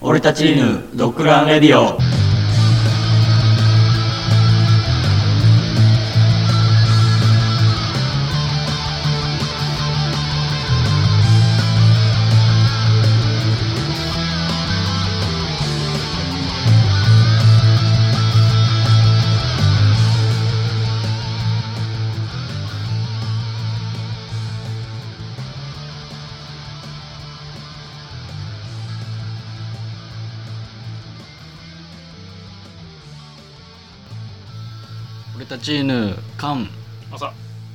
俺たち犬ドッグランレディオ俺たち犬カン朝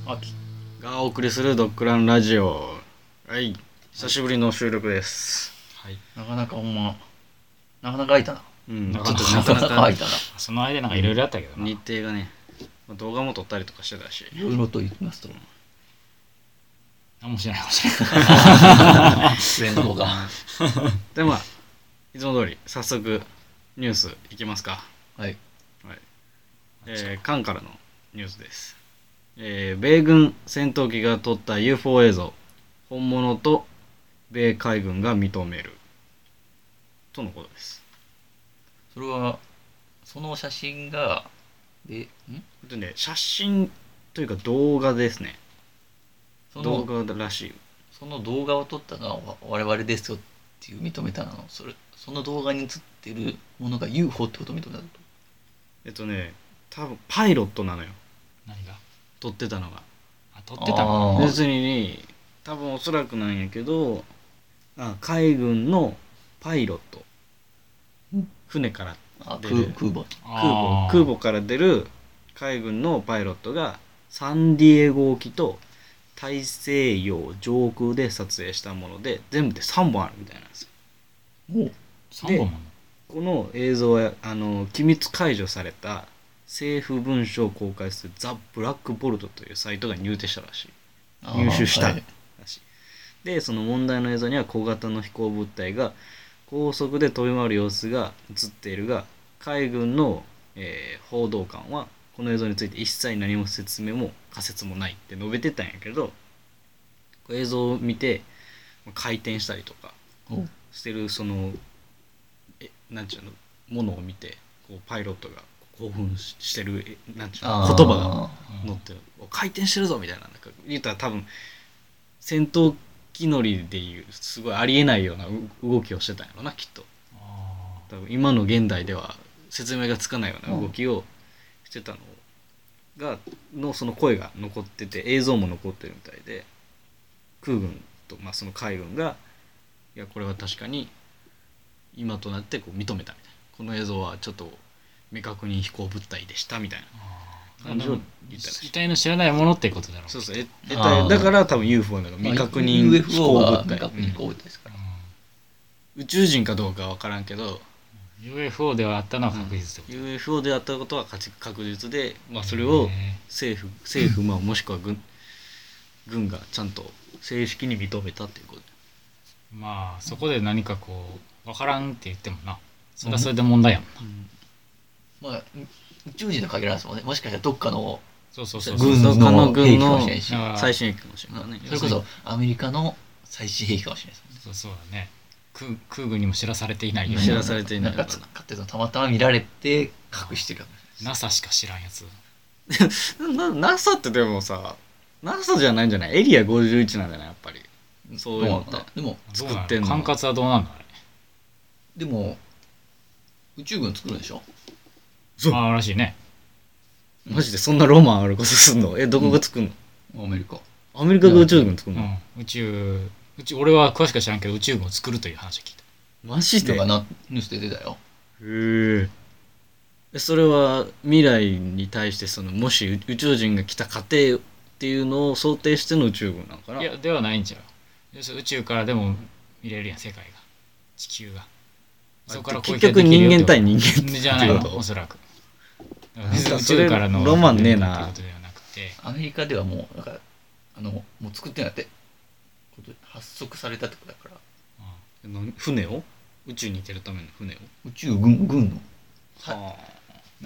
秋がお送りするドッグランラジオはい久しぶりの収録ですなかなかほんま、なかなか空いたな。うんちなょかっなとかなかな か空いたな。その間なんかいろいろあったけどな、日程がねまあ動画も撮ったりとかしてたしいろいろと言いますと、何もしないかもしれない全部が。でまあいつも通り早速ニュースいきますかはい。えー、カンからのニュースです、えー米軍戦闘機が撮った UFO 映像本物と米海軍が認めるとのことですそれは、その写真が、で、んこれね写真というか動画ですねそ動の画らしいその動画を撮ったのはわ我々ですよっていう認めたの。それその動画に映ってるものが UFO ってことを認めたのと。えっとね多分パイロットなのよ何が撮ってたのがあ撮ってたのあー別に多分おそらくなんやけどあ海軍のパイロットん船からあで空空空母。母空母から出る海軍のパイロットがサンディエゴ沖と大西洋上空で撮影したもので全部で3本あるみたいなんですよもう、 3本もこの映像はあの機密解除された政府文書を公開するザ・ブラックボルトというサイトが入手したらしいあー入手したはいらしいでその問題の映像には小型の飛行物体が高速で飛び回る様子が映っているが海軍の、えー報道官はこの映像について一切何も説明も仮説もないって述べてたんやけどこう映像を見てまあ回転したりとかおしてるそのえなんちゅうのものを見てこうパイロットが興奮ししてるえなんちゅうあのー言葉がう乗っんてる、回転してるぞみたいななんか言ったら多分戦闘機乗りでいうすごいありえないようなう動きをしてたんやろなきっとあ多分今の現代では説明がつかないような動きをしてたのがのその声が残ってて映像も残ってるみたいで空軍と、まあ、その海軍がいやこれは確かに今となってこう認めたみたいなこの映像はちょっと未確認飛行物体でしたみたいーな感じを言ったらしい遺体の知らないものってことだろそうそうええあーだから多分 UFO なんか未確認まあ飛行 UFO 物が体未確認飛行うん物体ですから。宇宙人かどうかは分からんけどうん UFO ではあったのは確実ってこ UFO であったことは確確実で、まあ、とそれをへ政府政府、まあ、もしくは軍軍がちゃんと正式に認めたっていうことーまあそこで何かこう分からんって言ってもなそれはそれで問題やもんな、まあ、う宇宙人の限らずもんね、もしかしたらどっかのそうそうそう軍どっかのの軍兵器のかもしれないし、あー最新兵器かもしれないねそれこそアメリカの最新兵器かもしれないですそうそうだね空空軍にも知らされていないよもんうね。知ならされていないんか使ってたのたまたま見られて隠してるかもし NASA しか知らんやつな NASA ってでもさ NASA じゃないんじゃないエリア51なんだよねやっぱりれない。そういうのってでも、どうなの作ってんの管轄はどうなんだあれでも、宇宙軍作るんでしょそうああらしいねマジでそんなロマンあることすんのえどこが作んの、アメリカ。アメリカが宇宙軍作んの、うん、宇宙宇宙俺は詳しくは知らんけど宇宙軍を作るという話を聞いたマジでなんかなニュースで出たよ。へえそれは未来に対してそのもし宇宙人が来た過程っていうのを想定しての宇宙軍なのかないやではないんちゃう要するに宇宙からでも見れるやん世界が地球がそこから結攻撃局ができるよ人間って対人間じゃないってこのとおそらくだからなん別にか宇それ宙からのロマンねえなってことではなくてアメリカではもう、なんか、あの、もう作ってないって、こと発足されたってことだから、の船を宇宙に行けるための船を宇宙軍、軍の、あはうん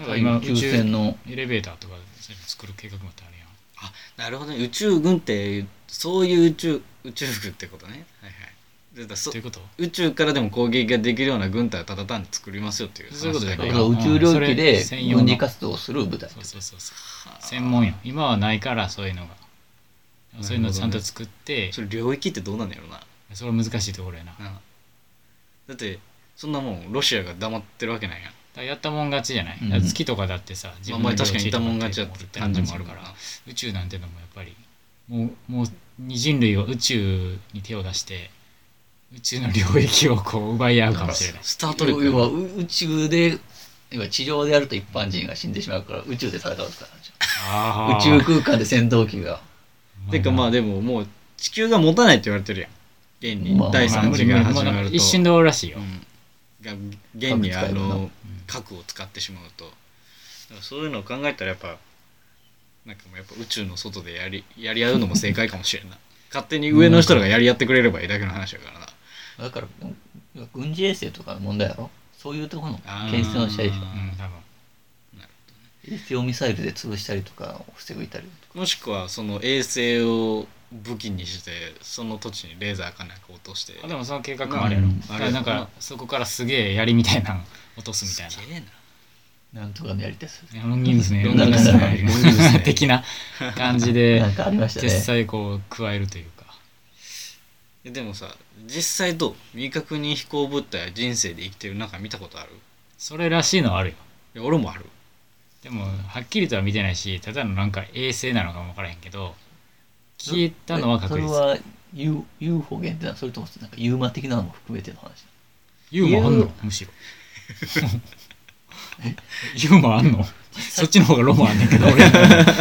なんかい、今今宇宇宙宙船の、エレベーターとかそういうの作る計画もあってあるやんーなるほどね宇宙軍ってそういう宇宙宇宙軍ってことねはいはいだからそということ宇宙からでも攻撃ができるような軍隊をただ単に作りますよっていう話そういうことだけだだかからら宇宙領域うんでそれ専用の軍事活動をする部隊そうそうそうそう専門よ今はないからそういうのがほどねそういうのをちゃんと作って、それ領域ってどうなんだろうなそれ難しいところやなだかなだってそんなもんロシアが黙ってるわけないやんらやったもん勝ちじゃない、うんだから月とかだってさ自まあ分のお前確かに領地いとたもんか勝っちてやいう感ってじもあるから宇宙なんてのもやっぱりもうもう人類は宇宙に手を出して宇宙の領域をこう奪い合うかもしれないスタートリックや要なはう宇宙で要は地上でやると一般人が死んでしまうから宇宙で戦うって話あー宇宙空間で戦闘機がてかまあまでももう地球が持たないって言われてるやん現に、まあ第3次が始ままあると一瞬で終わるらしいよ、うん、が現にあ核使えばのな核を使ってしまうとだからそういうのを考えたらやっぱなんかもうやっぱ宇宙の外でやりやり合うのも正解かもしれんない勝手に上の人らがやり合ってくれればいいだけの話やからなだからうん軍事衛星とかの問題やろそういうところの建設の試合でしあうん、多分ょ衛星をミサイルで潰したりとかを防いだりもしくはその衛星を武器にしてその土地にレーザーかなんか落としてあでもその計画もあるやろ、うんだからなんかそこからすげえ槍みたいなの落とすみ たいなすげえななんとかのやりたいですねロンギンスね、ロロンンギギンヌス スねねロンギヌスね、的 な感じでなん、かありました実ね際こう、加えるというか。えでもさ実際どう未確認飛行物体は人生で生きてる中見たことあるそれらしいのはあるよ。いや俺もあるでも、はっきりとは見てないし、ただのなんか衛星なのかもわからへんけど、消えたのは確実それ。は U- UFO 限定なのそれともなんかユーマ的なのも含めての 話ユーマあんユのむしろ。 ユーマあんのそっちの方がロマンあんねんけど、俺。あ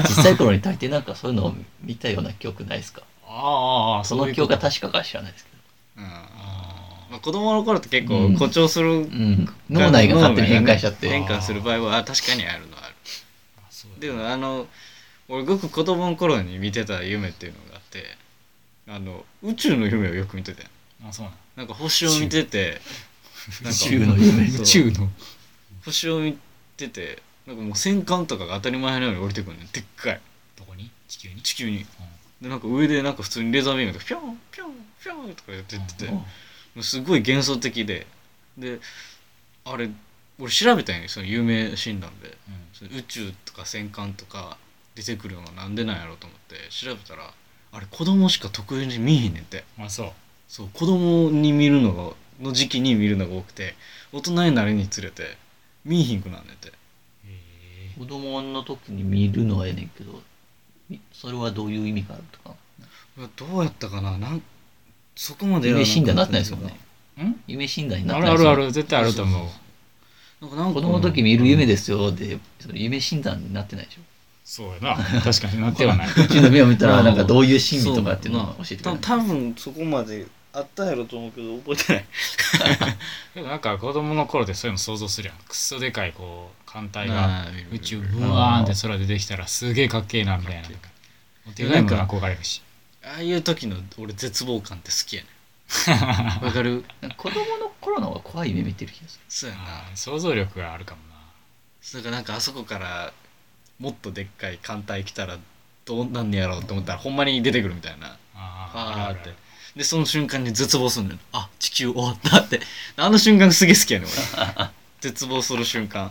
実際頃に大抵なんかそういうのを見たような記憶ないですかあああ、その記教憶科が確かか知らないですけどうんあまあ、子供の頃って結構うん誇張する、うん、脳内が勝手に変換しちゃって、脳内がねあー変換する場合はあ確かにあるのはあるあ、そうでやもあの俺ごく子供の頃に見てた夢っていうのがあってあの宇宙の夢をよく見てたよあ、そうなのなんか星を見ててなん宇か宙の夢そう宇宙の。星を見ててなんかもう戦艦とかが当たり前のように降りてくるねんでっかいどこに地球に地球にうんでなんか上でなんか普通にレーザービームがピョンピョンピョンとかやってっててうんもうすごい幻想的でであれ俺調べたんよその有名診断でうんその宇宙とか戦艦とか出てくるのはなんでなんやろうと思って調べたらあれ子供しか得意に見えへんねんてまあそう。そう子供に見るのがの時期に見るのが多くて大人になるにつれて見えへんくなんねんてへえ子供の時に見るのはええねんけどみそれはどういう意味があるとかうわどうやったかななんそこまでは夢な診断になってかっないたですけどよねん夢診断になあってるないあでするよある絶対あると思うなんかなんか子供の時見る夢ですよでその夢診断になってないでしょそうやな確かになってはない宇宙の夢を見 たらなんかどういう心理とかっていうのを教えてくれたない多分そこまであったやろと思うけど覚えてないでもなんか子供の頃ってそういうの想像するやんくっそでかいこう艦隊が宇宙ブワーンって空でできたらすげえかっけえなみたいなかっお手紙も憧れるしああいう時の俺絶望感って好きやねん わかる子供の頃の方が怖い夢見てる気がすそうやなあー想像力があるかもなそれからなんかあそこからもっとでっかい艦隊来たらどうなんねやろうと思ったらほんまに出てくるみたいなああーあーるっあてるでその瞬間に絶望するのよあ地球終わったってあの瞬間すげえ好きやねん俺 絶望する瞬間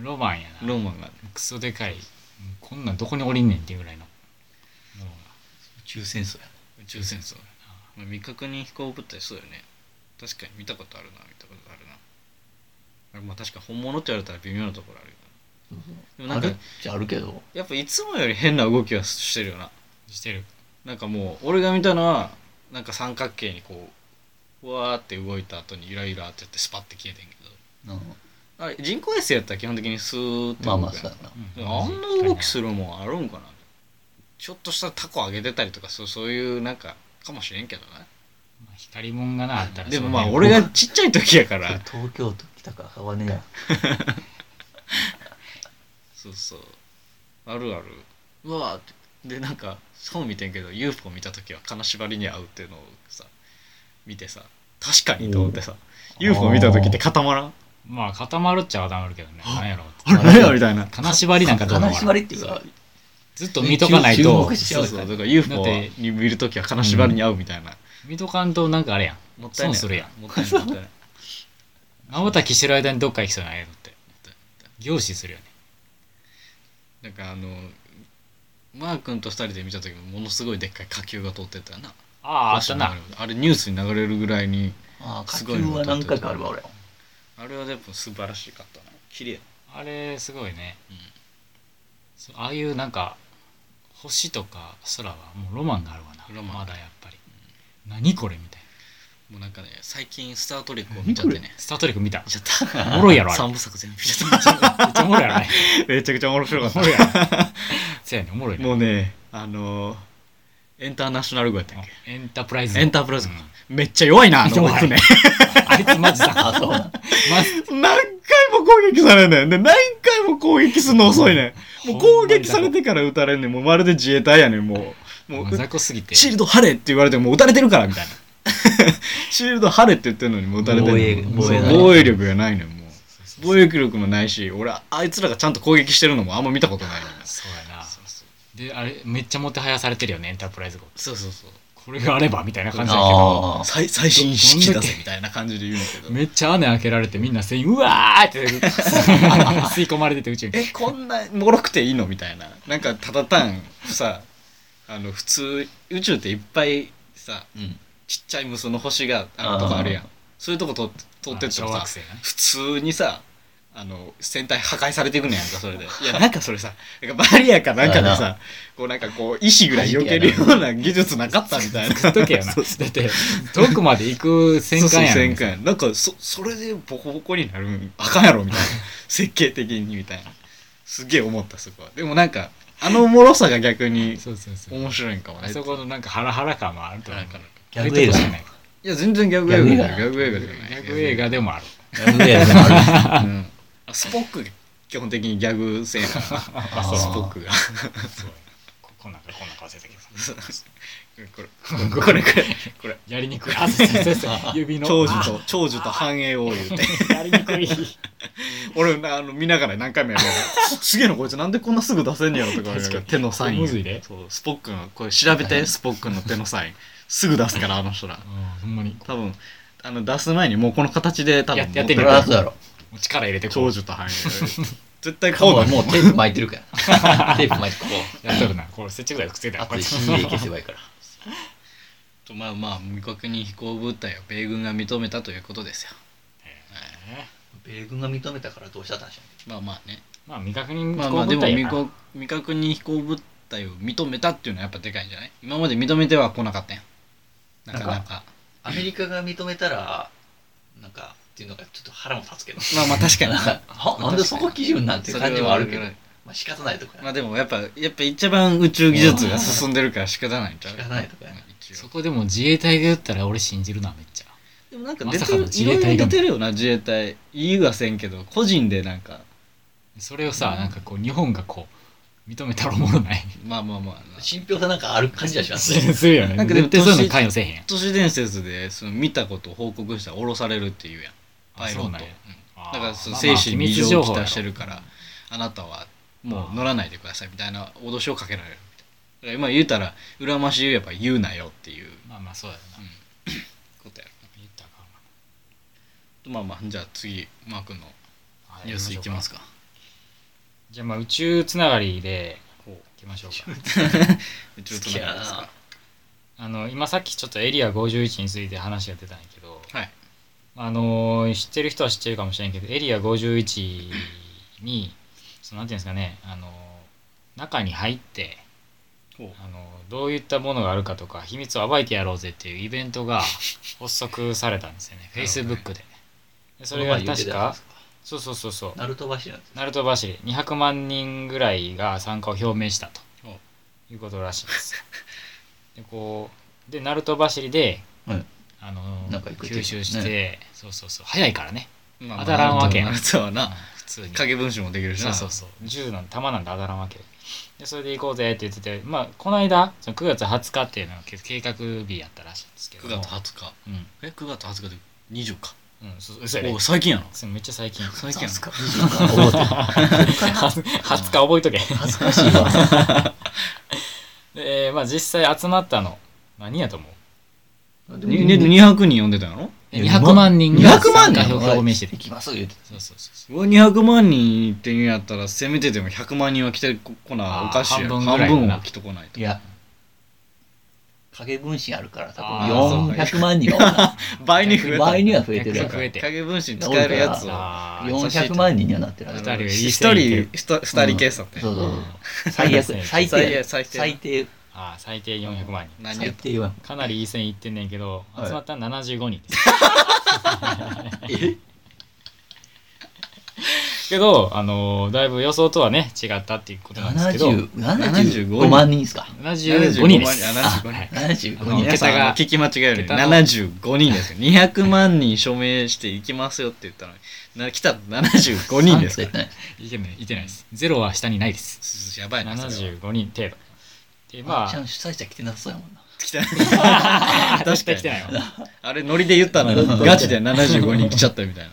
ロマンやなロマンがあるくっそでかいうんこんなんどこに降りんねんっていうぐらいのもうる宇宙戦争や宇宙戦争まあ未確認飛行物体そうよね確かに見たことあるな見たことあるなあれまあ確かに本物って言われたら微妙なところあるよそうでそうもなんあかるっちゃあるけどなやっぱいつもより変な動きはしてるよなしてるなんかもう俺が見たのはなんか三角形にこううわーって動いた後にゆらゆらってやってスパッて消えてんけうんどあれ人工衛星やったら基本的にスーってまあ動まあくそうややなああんな動きするもんあるんかなちょっとしたタコ上げてたりとかそうそういうなんかかもしれんけどなまあ光もんがなあったらでもそうまあね俺がちっちゃい時やかそれら 東京都北か川根やそうそうあるあるうわーってでなんか本見てんけど UFO 見た時は金縛りに合うっていうのをさ見てさ確かにと思ってさ UFO 見た時って固まらんまあ固まるっちゃ固まるけどねなんやろうってあれ何やみたいな金縛りなんかどうな金の縛りっていうかずっと見とかない注と目しちそううゃかそうらだねから UFO に見るときは金縛りに合うみたいな見とかんとなんかあれやんもったいな損いするやんもったいないもったいないまばたきしてる間にどっか行きそうなああいうのって凝視するよねなんかあのマー君と二人で見た時もものすごいでっかい火球が通ってたよなあああったなフラッシュの流れであれニュースに流れるぐらいにああす火ご球いのはが何回かあるわ俺あれはでも素晴らしかったな綺麗あれすごいね、うんそうああいうなんか星とか空はもうロマンがあるわなロマンまだやっぱり、何これみたいもうなんかね最近スタートレックを見ちゃってなね「スター・トレック」見た見ちゃっおたもろいやろあれ三部作全部見ちゃっためっちゃおもろいや ろあれめちゃくちゃ面白かおもろいやろ そうやねおもろいねもうねあのーエンターナショナル語やったっけエンタープライズエンタープライズうんめっちゃ弱いなあの弱いこいつねあいつマジだ ああそうなんマジ何回も攻撃されんねんで何回も攻撃すんの遅いねんもう攻撃されてから撃たれんねんもうまるで自衛隊やねんもうもう雑魚すぎてシールド張れって言われてももう撃たれてるからみたいなシールド張れって言ってるのにもう撃たれて防る衛防防衛衛防衛力がないのよもうそうそうそう防衛力もないし俺あいつらがちゃんと攻撃してるのもあんま見たことないのよそうやなであれめっちゃもてはやされてるよねエンタープライズ号そうそうそうこれがあればみたいな感じだけど ああ最最新式だどんだぜけみたいな感じで言うんだけどめっちゃ穴開けられてみんな全員うわーって 吸い込まれてて宇宙にえこんなもろくていいのみたいななんかただ単さあの普通宇宙っていっぱいさうんちっちゃい無数の星があるとこあるやんあそういうとこ通って通ってって小もさ学生がね普通にさあの船体破壊されていくねやんかそれでいやなんかそれさなんかバリアかなんかでそうやさこうなんかこう石ぐらい避けるような技術なかったみたいな食っとけ よなだって遠くまで行く戦そうそう艦や戦ん艦やなんかそそれでボコボコになるんあかんやろみたい な設計的にみたいなすげえ思ったそこはでもなんかあのおもろさが逆にそうそうそう面白いんかもねあそこのなんかハラハラ感もあると思うなんかなんかギャグ映画じゃないいや全然逆映画じゃない逆逆映画じゃないギャグ映画でもあるギャグ映画でもあるうんあスポックが基本的にギャグ性やからそうスポックがそうここんなんかこんなんか忘れたけど これこれこれこれやりにくいあそうそう そう指の長寿と長寿と繁栄を言うてあ やりにくい俺あの見ながら何回も やるすげえのこいつなんでこんなすぐ出せんねやろとか思いながら確かに手のサインむずいでそうスポックのこれ調べてスポックの手のサインすぐ出すからあの人らうんほんまに多分あの出す前にもうこの形で多分ややってみそよう持れはっそうだろもう力入れてこ長う寿 と繁栄絶対顔顔はがもうテープ巻いてるから テープ巻いてこやっとるなこう接着剤くっついてうるあとで死んで消せばいいからとまあまあ未確認飛行物体を米軍が認めたということですよ米軍が認めたからどうしたったんでしょまあまあね まあ未確認まあ飛ま行あで物も体未やなこ未確認飛行物体を認めたっていうのはやっぱでかいんじゃない今まで認めては来なかったやんなかななんかアメリカが認めたらなんかっていうのがちょっと腹も立つけどまあまあ確 かになんかはなんでそこ基準なんていう感じもあるけどそれはまあ仕方ないとかまあでもやっぱやっぱ一番宇宙技術が進んでるから仕方ないんちゃう仕方ないとかね一そ応こでも自衛隊が言ったら俺信じるなめっちゃでもなんかま出さてかる、のい自ろ衛いろ隊が出てるよな自衛隊言うはせんけど個人でなんかそれをさなんかこう日本がこう認めたらおもろ ないまあまあまあな信憑さなんかある感じはしますすね るよねなんかでも絶対そういうの関与せへんやん都市伝説でその見たことを報告したら降ろされるっていうやんパイロットあそうなんやうんあーだからそのまあ精神に異常をきたして秘密情報やろるからあなたはもう乗らないでくださいみたいな脅しをかけられるみたいなだから今言うたら恨ましい言えば言うなよっていうまあまあそうだよな、うんことや言ったらあかんわろまあまあじゃあ次マー君のはいニュースいきます行きましょかうかじゃあまあ宇宙つながりでほういきましょうか宇宙つながりですかあの今さっきちょっとエリア51について話が出たんやけど、はいあのー知ってる人は知ってるかもしれんけどエリア51にそのなんていうんですかね、あのー中に入ってほうあのどういったものがあるかとか秘密を暴いてやろうぜっていうイベントが発足されたんですよ ねフェイスブックででそれが確かそうそうそうそうナルト柱なんですナルト走り200万人ぐらいが参加を表明したとほいうことらしいです でこうでナルト走りで、はいあのなんか行くっていう吸収して、そうそうそう早いからねうまあまあ当たらんわけやなるとはな普通に影分身もできるしそうなそうそう銃なんて弾なんて当たらんわけでそれで行こうぜって言っててまあこの間その9月20日っていうのが計計画日やったらしいんですけど9も月20日うんえ9月20日で20かうんそうそうやおねう最近やなそうめっちゃ最 近最近やなか 思って20日覚えとけ恥ずかしいわ で、まあ、実際集まったの何やと思うでもにね200人呼んでたのえ200万人が200万人参加表明してて行きます言ってそうそうそうそううわ200万人って言うんやったらせめてでも100万人は来てここなあーおかしいや半ん分ぐらい半かな分は来とこないといや影分身あるから多あーそう分400万人は倍に増えた 倍には増えてる逆やに増えて影分身使えるやつをあー400万人にはなってるはず二人1いい人線いける2人計算ねそうそううんそう 最悪そうです最ね低最低最低あー最低400万人何や最っ低はかなりいい線いってんねんけどはい集まったの75人です けどあのーだいぶ予想とはね違ったっていうことなんですけど70 75万人ですか75人です75人はい75あの人皆さん桁があの聞き間違えるよう桁のに75人ですよ200万人署名していきますよって言ったのにな来たの75人ですかなんて言ってないてないいいてないですゼロは下にないですらやばいなそれは75人程度でまあっちゃあん主催者来てなさそうやもんな来た確 確かにかに来てないわあれノリで言ったのうんにガチで75人来ちゃったみたいな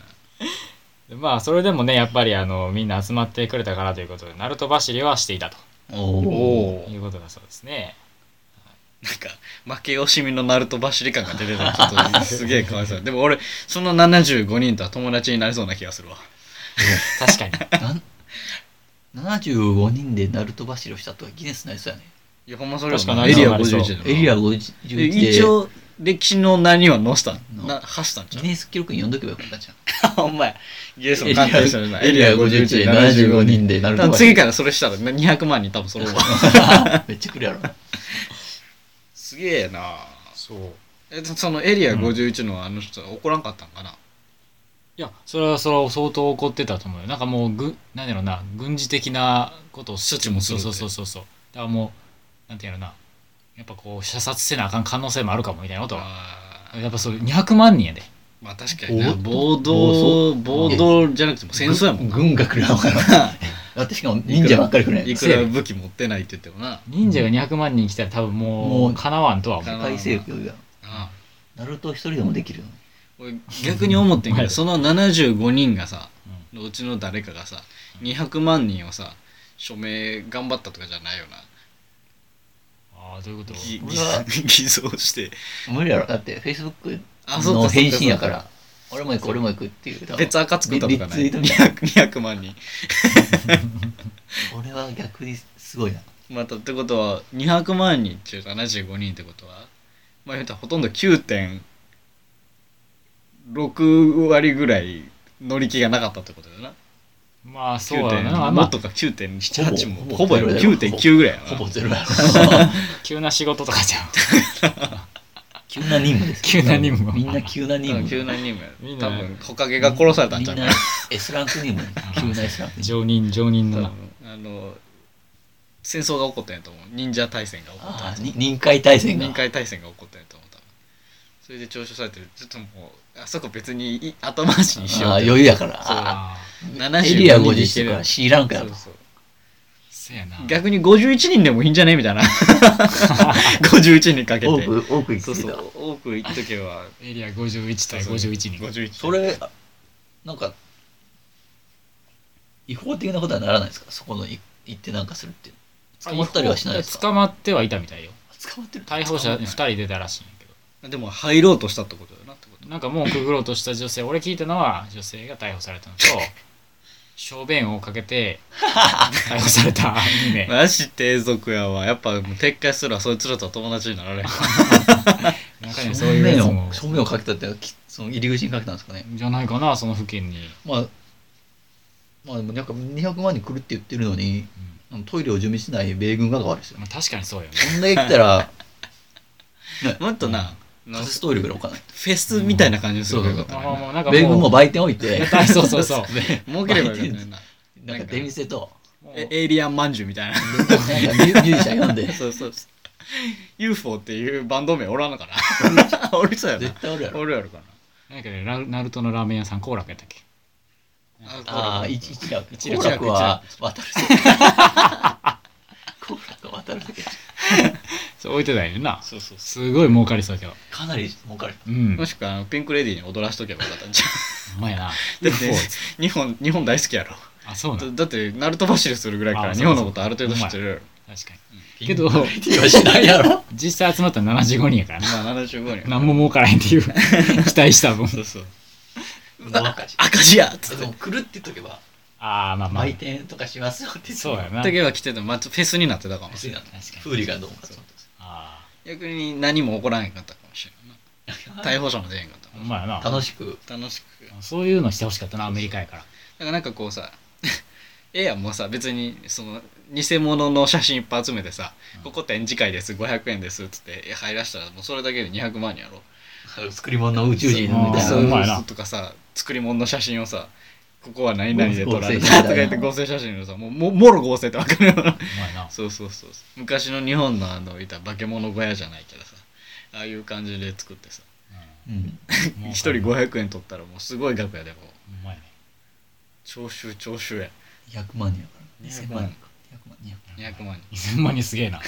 でまあそれでもねやっぱりあのみんな集まってくれたからということで鳴門走りはしていたとお おおいうことだそうですねなんか負け惜しみのナルト走り感が出てたちょっとすげえかわいそうでも俺その75人とは友達になりそうな気がするわ確かに75人でナルト走りをしたとはギネスになりそうやねいやほんまそれは確もかうにエリアなりそう51だなエリア51でで一応歴史の名には載せたのな走ったんちゃギうネス記録に読んどけばよかったじゃ んお前、ゲスエのリア関係者じゃない。エリア51で75人でな多ると分か次からそれしたら200万人多分それは。めっちゃ来るやろ すげえな そうえそのエリア51のあの人怒らんかったんかな、いやそれはそれは相当怒ってたと思うよなんかもうぐなんやろな軍事的なことを処置もするってそうそうそうそうだからもうなんていうのなやっぱこう射殺せなあかん可能性もあるかもみたいなことはあーやっぱそう200万人やでまあ確かにな暴暴動動暴動じゃなくても戦争やもんな軍が来る やろからだってしかも忍者ばっかり来るやいんくら武器持ってないって言ってもな忍者が200万人来たら多分ももううかなわんとは思うか世な界征服やんああナルト一人でもできるよね俺逆に思ってんけうどんその75人がさのうちの誰かがさ200万人をさ署名頑張ったとかじゃないよなああどういうこと偽偽俺は偽造して無理やろだってフェイスブックあそうかの返信やかそうら俺も行く俺も行くっていう多分別赤作ったとかないリリツイート 200, 200万人俺は逆にすごいなまたってことは200万人中75人ってことはまあ言うたらほとんど9.6割ぐらい乗り気がなかったってことだよなまあそうやな、 9.6まもっあ、とか9.78ほぼもほぼほぼ9.9ぐらいやなほぼいゼロやろ 急な仕事とかじゃん急な任務です急な任務みんな急な任務9何人もやみんな多分木陰が殺されたんみじゃんなない S ランク任務や急な S ランク任務常任常任多の分なあの戦争が起こったんやと思う忍者大戦が起こったんあやと思うあに任海対戦が臨海大戦が起こったんやと思ったそれで徴収されてるちょっともうあそこ別にい後回しにしようああって余裕やかそうらああ75エリア人でいけ50るとか C ランクやそろうそうそうやな逆に51人でもいいんじゃねみ たいな51人かけて多く多く行そうくけそどう多く行っとけ ばエリア51対51人51人それあなんか違法的なことはならないですかそこのい行ってなんかするっていう捕まったりはしないですか捕まってはいたみたいよ捕まってる逮捕者2人出たらしいんやけでも入ろうとしたってことだよなってことどなんかもうくぐろうとした女 性俺聞いたのは女性が逮捕されたのと小便をかけ て逮捕された2名マジ低俗やわやっぱもう撤回するわそいつらとは友達になられへん中にはそう正いうやつ面をも正面をかけたってきその入り口にかけたんですかねじゃないかなその付近に、まあまあでもなんか200万人来るって言ってるのにうトイレを準備しない米軍側が悪いですよんまあ、確かにそうよねこんだけ来たら もっとな仮な設トイレぐらい置かないフェスみたいな感じにすればよかっまたあねまあまあなんか米軍ももう売店置いて そうそう そう儲ければよかったねななんか出店ともうえエイリアンまんじゅうみたいななんか ミューミュージシャン呼ん でそうそうそう。UFO っていうバンド名おらんのかな おるそうやな絶。対おるやろおるやろかな。なんかねラナルトのラーメン屋さん好楽やったっけああ一一楽一楽楽は渡る世界楽は渡る世界そう置いてたんやなそうそうそすごい儲かりそうやけどかなり儲かるうんう。もしくはあのピンクレディーに踊らしとけばよかったんじ ゃほんまやな。ん。だってね日本、日本大好きやろ。あ、そうなのだだって、ナルト走りするぐらいかあらそう日本のことある程度知ってる。確かけど、まティーはしないやろ実際集まったら75人やからなあ75人。何も儲からへんって いう期待した分そうそう。もう赤字赤字やっつっでて。も来るって言っとけばああまあまあ売店とかしますよって言ってそうやなだけは来てても、まあ、フェスになってたかもし別れになないん。か確かにフーリガンどうも集まってますあ逆に何も起こらへんかったかもしれないな。逮捕者も出へんかったあかほもんまやな楽しく楽しく。そういうのしてほしかったなアメリカやからだからなんかこうさ ええやんもうさ別にその偽物の写真いっぱい集めてさ「ここ展示会です500円です」っつってえ入らしたらもうそれだけで200万やろ作り物の宇宙人みあーたいそほうんなまやなとかさ作り物の写真をさ「ここは何々で撮られ合成た」写真とか言って合成写真をさもうももろ合成ってわかるよなお 前なそうそうそうそう昔の日本のあのいた化け物小屋じゃないけどさああいう感じで作ってさうんうん一人500円取ったらもうすごい額やでもうほんまやね徴収徴収や200万人やから200 2000万万人人か200万200 200万人2000万人すげえな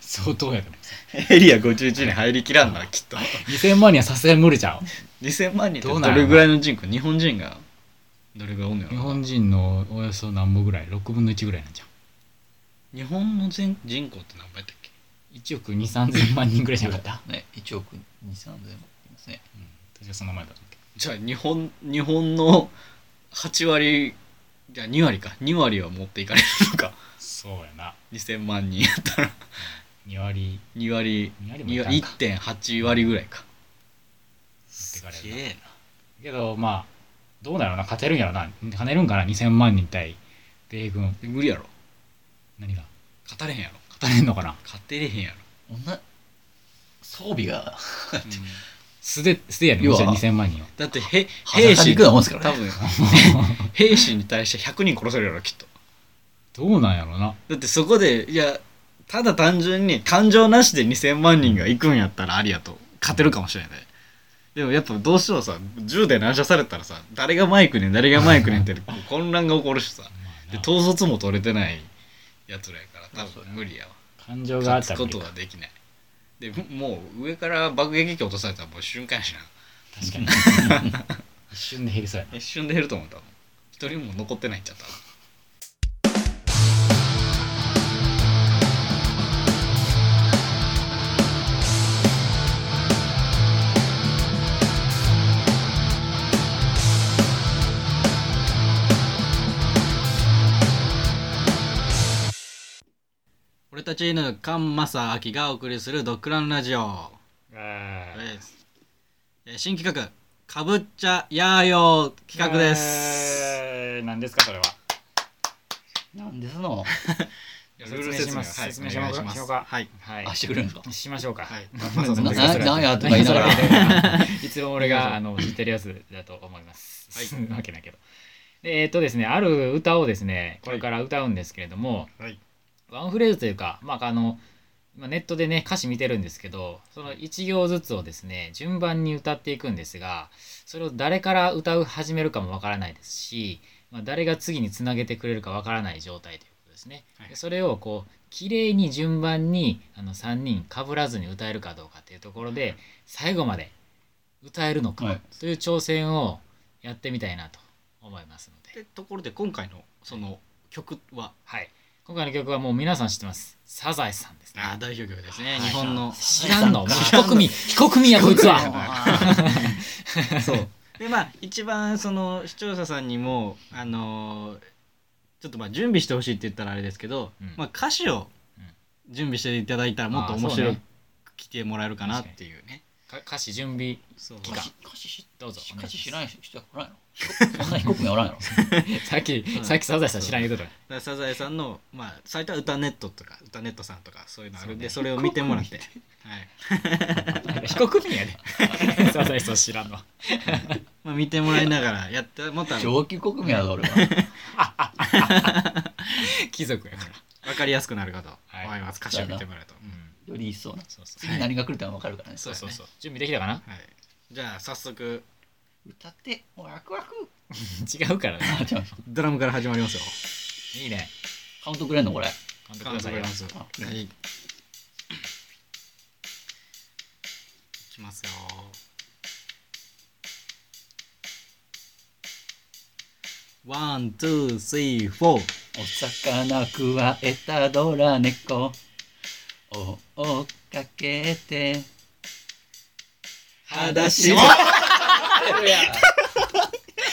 相当やでもエリア51に入りきらんなきっ と2000万人はさすがに無理ちゃう2000万人どうっなんてどやろれぐらいの人口日本人がどれぐらいおんのや日ろ本人のおよそ何歩ぐらい6分の1ぐらいなんじゃん日本の全人口って何倍だったっけ1億2 3 0万人ぐらいじゃなかった、万ね1億2 3 0 0万いますねうん、確かその前だったっけじゃあ日本日本の8割じゃあ2割か2割は持っていかれるのかそうやな2000万人やったら2割2割2割もい2かんか1.8割ぐらいかすすげげえなけどまあどうだろうな勝てるんやろな跳ねるんかな2000万人対米軍無理やろ何が勝たれへんやろ勝てんのかな勝てれへんやろ、女装備が素手素手やね要もはちろん2000万人はだってへ兵裸で士行くようなもんですから多ね分兵士に対して100人殺せるやろきっとどうなんやろなだってそこでいやただ単純に感情なしで2,000万人が行くんやったらありやと勝てるかもしれないでもやっぱどうしてもさ銃で乱射されたらさ誰がマイクねん誰がマイクね んってこう混乱が起こるしさまあでな統率も取れてないやつらやからまあ多そう分や無理やわ感情があっ勝たつら無理かことはできないでもう上から爆撃機落とされたらもう瞬間やしな確かに一瞬で減りそうやな一瞬で減ると思ったもん一人も残ってないんちゃった俺たち犬カンマサアキがお送りするドッグランラジオあーですえー新企画かぶっちゃやーよー企画ですえー何ですかそれはなんですのルール説明します説明しましょうかはいはい あしてくれるんですかしましょうかはいまあまあそんななそれなんやとか言いながらそれ いつも俺があの知ってるやつだと思います。はわけだけど。でえーっとですね、ある歌をですね、これから歌うんですけれども、はいワンフレーズというか、まあ、あの、まあネットでね、歌詞見てるんですけど、その1行ずつをですね、順番に歌っていくんですが、それを誰から歌う始めるかもわからないですし、まあ、誰が次につなげてくれるかわからない状態ということですね。はいでそれをこう、綺麗に順番にあの3人かぶらずに歌えるかどうかっていうところで、最後まで歌えるのか、はいという挑戦をやってみたいなと思いますので、でところで今回のその曲ははい、今回の曲はもう皆さん知ってます「サザエさん」ですねあー代表曲ですはね、い日本の知らんの知らん非国民非国民やこいつはそうでまあ一番その視聴者さんにもあのーちょっとまあ準備してほしいって言ったらあれですけど、うんまあ、歌詞を準備していただいたらもっとあ面ーそう白くね来てもらえるかなっていうねか歌詞準備そう期間歌詞知どうぞ歌詞知らん人はおらんやろそんな飛 行機おらんやろさっき、うんさっきサザエさん知らん言うとっだからサザエさんの、まあ、サイトは歌ネットとか歌ネットさんとかそういうのあるんでそ,、そうれを見てもら って、はい、たよ非国民や でサザエさん知らんのはまあ、見てもらいながらやってもらったら分上級国民やぞ俺は 貴族やから、かりやすくなるかとはい思います、歌詞を見てもらうと、うん、より一層なそうそう次何が来るか分かるからねそうそうそう準備できたか なはい、じゃあ早速歌ってワクワク違うからなあ違うドラムから始まりますよいいねカウントくれんのこれ監督くださいよますよあはいいきますよワン、ツー、スリー、フォー。お魚くわえたドラ猫を追っかけて裸い足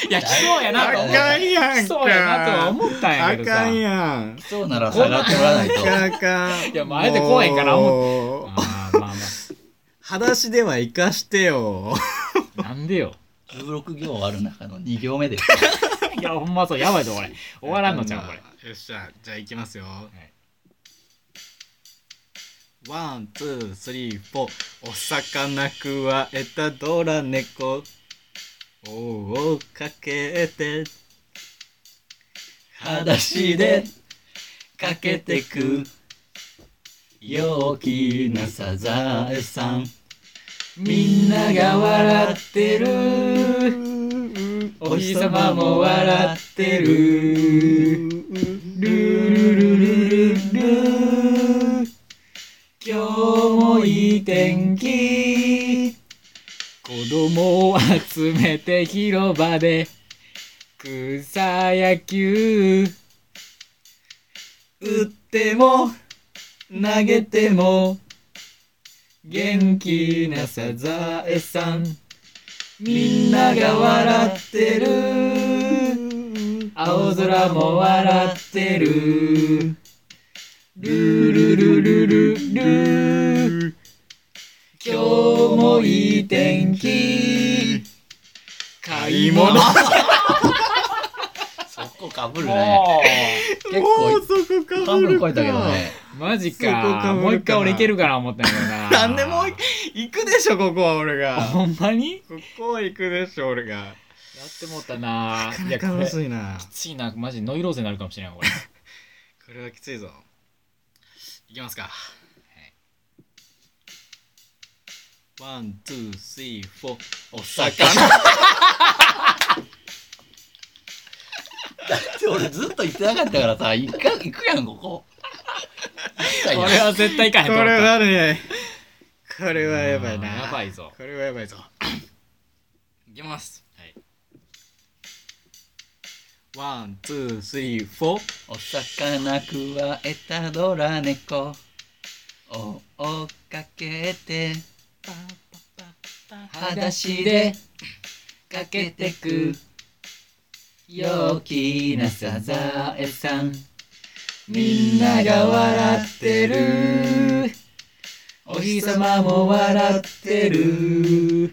や、来そうやなと思っあかた。んや来そうやなとは思ったんやあけどさ。かんやん。そうなら下がってもらわないとあかん。いやもうあえてこうへんからもう。あーまあま裸足では生かしてよ。あ、なんでよ。 16行ある中の2行目でいや、ほんまそう、やばいぞ、これ。終わらんのちゃう、これ。れ。よっしゃ、じゃあ行きますよ。ワン、ツー、スリー、フォー。お魚くわえたドラ猫。おをかけて。裸足でかけてく陽気なサザエさんみんなが笑ってるお日様も笑ってるルルルルルル今日もいい天気子供を集めて広場で草野球打っても投げても元気なサザエさんみんなが笑ってる青空も笑ってるルルルルルル今日もいい天気買い 物もそこかぶるね結構うそこか半分超えたけどねマジそこかかぶるかもう一回俺いけるかな思ったんやけどななんでもう行くでしょここは俺がほんまにここは行くでしょ俺がやってもうたなぁいなやかこなかむれずいなきついなマジノイローゼになるかもしれないこれこれはきついぞいきますかワン、ツー、スリー、フォーお 魚俺ずっと言ってなかったからさ行く行くやんこ ここれは絶対いかへんとこ思ったれはねこれはやばいなうんやばいぞこれはやばいぞいきますはいワン、ツー、スリー、フォーお魚くわえたドラ猫を追っかけて裸足でかけてく陽気なサザエさんみんなが笑ってるお日様も笑ってるル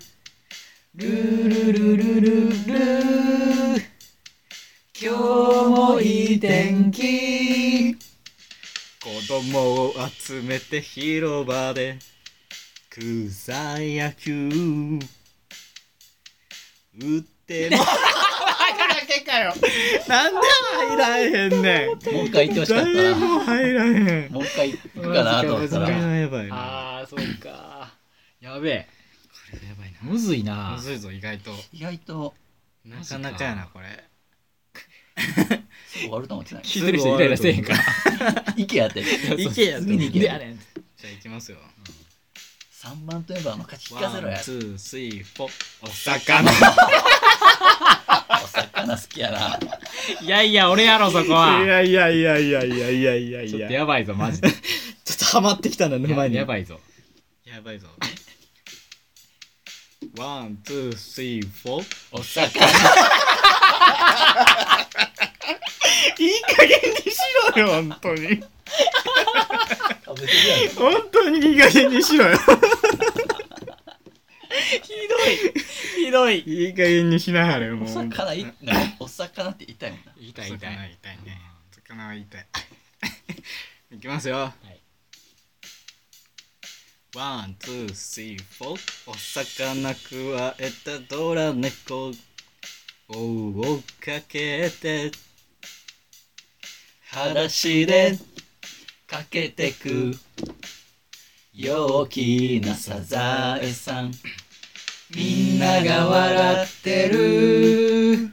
ルルルルル今日もいい天気子供を集めて広場で草野球打っても なんで入らへんねんもう一回言ってほしかった誰なも入らへんもう一回行くかなと思ったこられはやばいなあーそうかやべえこれはやばいむずいななむぁずいぞ意外と意外となかなかやなこれすぐ終わると思ってない聞いてる人イライラせえへんから池やって そういけやと次に行けであれんじゃあいきますよ3番といえばあの勝ち聞ワかせろンやツースリーフォーお魚お魚好きやないやいや俺やろそこはやいやいやいやいやいやいやちょっとやばいぞマジでちょっとハマってきたんだや沼にやばいぞやばいぞ。ワン、ツー、スリー、フォー。お魚いい加減にしろよ、本当に。食べてるやん本当にいい加減にしろよ。ひどいいい加減にしなはれ、おもう。魚いなお魚って痛いもんな痛い痛魚はい痛いね。魚は 痛い。いきますよ。いワン、ツー、スリー、フォー。お魚くわえたドラ猫。追をかけて。裸足でかけてく陽気なサザエさんみんなが笑ってる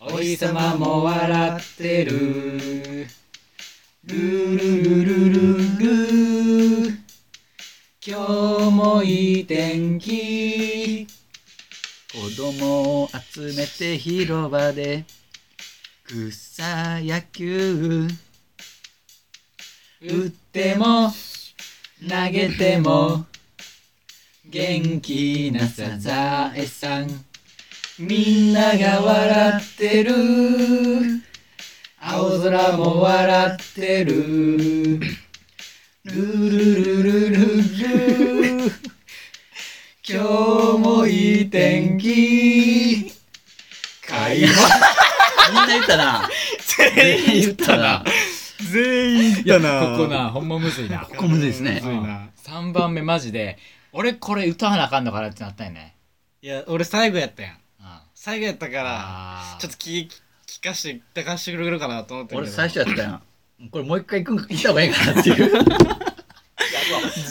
お日様も笑ってるルルルルルル今日もいい天気子供を集めて広場で草野球打っても投げても元気なサザエさんみんなが笑ってる青空も笑ってるルルルルルル今日もいい天気開幕みんな言ったな。全員言ったな。全員いいやここなほんまむずいなここむずいですねむずいな3番目マジで俺これ歌わなあかんのかなってなったよねいや俺最後やったやんうん最後やったからあーちょっと聞き聞かして聞かしてくれるかなと思って俺最初やったやん。これもう一回行くん行った方がいいかなって いう。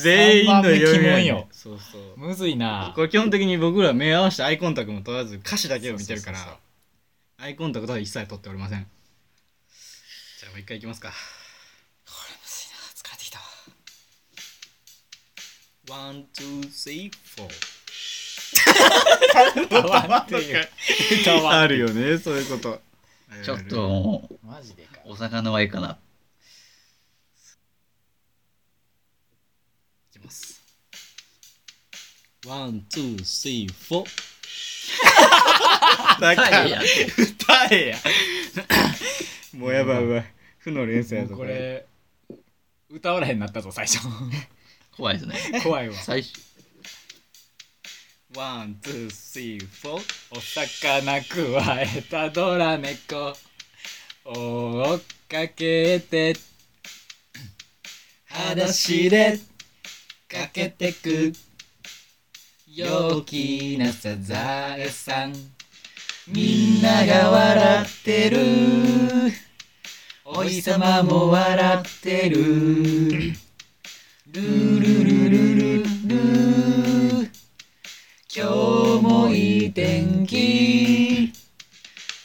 全員の読み三番目鬼やね門よそうそうむずいなこれ基本的に僕ら目合わせてアイコンタクトも取らず歌詞だけを見てるからそうそうそうアイコンタクトは一切取っておりませんじゃあもう一回いきますか疲れてきたワン、ツー、スリー、フォ ー歌わんっていう歌わんあるよねそういうことちょっともう、マジでかお魚はいいかな。いきますワン、ツー、スリー、 フォーはいいや歌えやもうやばいやばい負の連鎖やもぞうこれ歌われへんなったぞ最初 怖いですね。怖いわ最初、ワン、ツー、スリー、フォーお魚くわえたドラ猫追っかけて裸足でか駆けけてく陽気なサザエさんみんなが笑ってるお日様も笑ってるルルルルルル今日もいい天気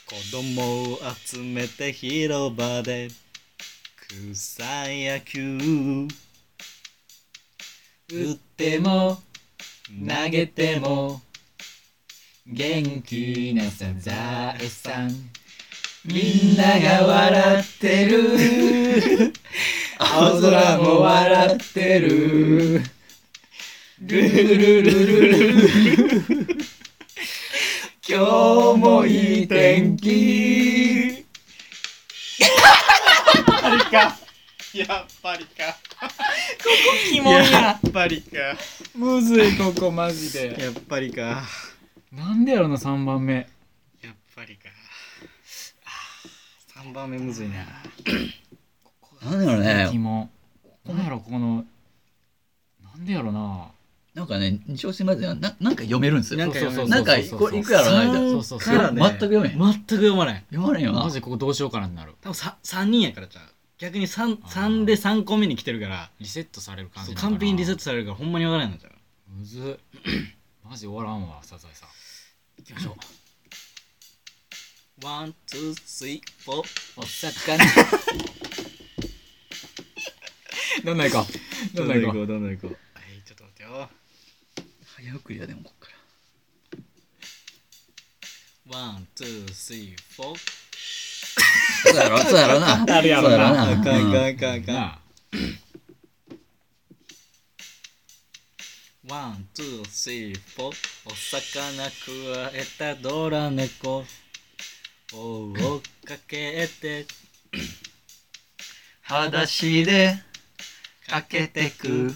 子供を集めて広場で草野球打っても投げても元気なサザエさんみんなが笑ってる青空も笑ってるルルルルルル今日もいい天気やっぱりかキモいややっぱりかむずいここマジでやっぱりかなんでやろな3番目やっぱりか3番目むずいななんだろう疑ね。問なんやろこのなんでやろななんかね、二小節まではななんか読めるんですよ。なんか読めるなんか、そうそうそうこれいくやろな、間。そ読うそうからね全く読めへん。全く読まない読まれへんよマなジ。でここどうしようかなってなる多分さ3人やからじゃん逆に 3, あー3で3個目に来てるからリセットされる感そじうなんかな完璧にリセットされるからほんまにわからないのじゃんむずっマジ終わらんわサザエさん行きましょうワン、ツー、スリー、フォーお魚どん な行こうどんな行こううどんどん行こうはいちょっと待ってよ早送りやでもこっから。ワン、ツー、スリー、フォーそう やろ、そうやろな。あるやろなそうあかんあかんうんあかんあかんなワン、ツー、スリー、フォーお魚くわえたドラ猫追っかけて裸足で駆けてく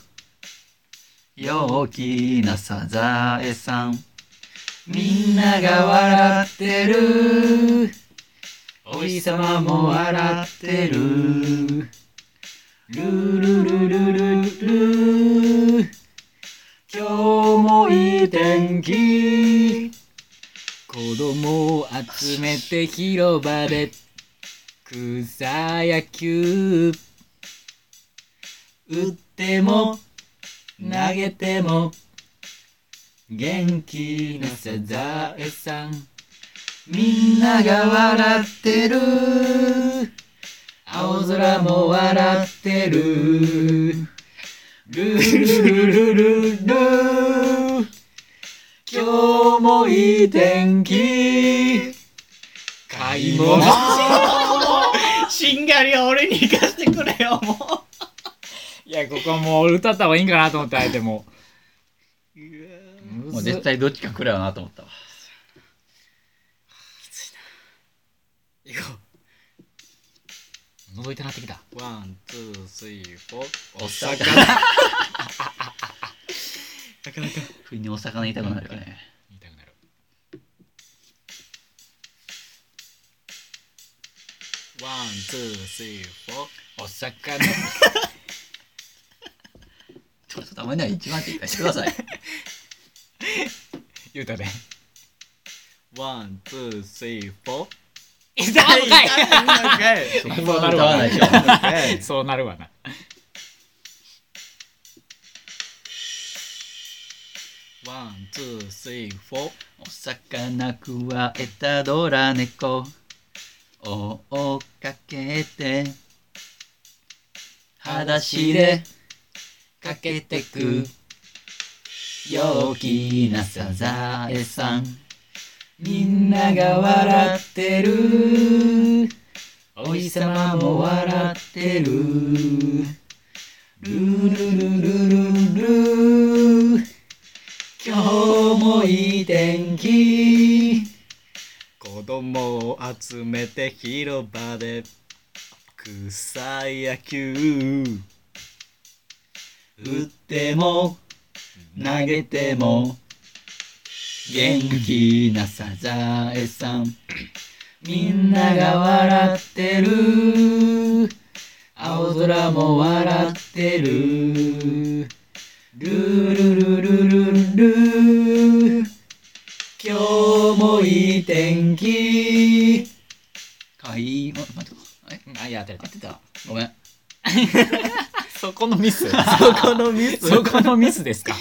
陽気なサザエさんみんなが笑ってるお日様も笑ってるルルルルルルル今日もいい天気子供を集めて広場で草野球打っても投げても元気なサザエさんみんなが笑ってる青空も笑って るルルルルルル今日もいい天気買い物しんがりは俺に行かしてくれよもいやここはもう歌った方がいいんかなと思ってあえてももう絶対どっちか来るよなと思ったわ。行こ覗いてなってきたうワンツースリーフォーおお魚魚なかなか不意にお魚言いたくなるよね。言いたくなるワンツースリーフォーお魚ちょっとたまには一番って言ってください。言うたでワン、ツー、スリー、フォー。痛いかそいこは歌わないでしょ。いそうなるわなワン、ツー、スリー、フォー。お魚くわえたドラ猫を追っかけて裸足でかけてく陽気なサザエさんみんなが笑ってるお日様も笑ってるルルルルルル今日もいい天気子供を集めて広場で草野球打っても投げても元気なサザエさんみんなが笑ってる青空も笑ってるルルルルルル今日もいい天気買いあ待ってえあいや当てれ合たってたごめんそこのミスそこのミスそこのミスですか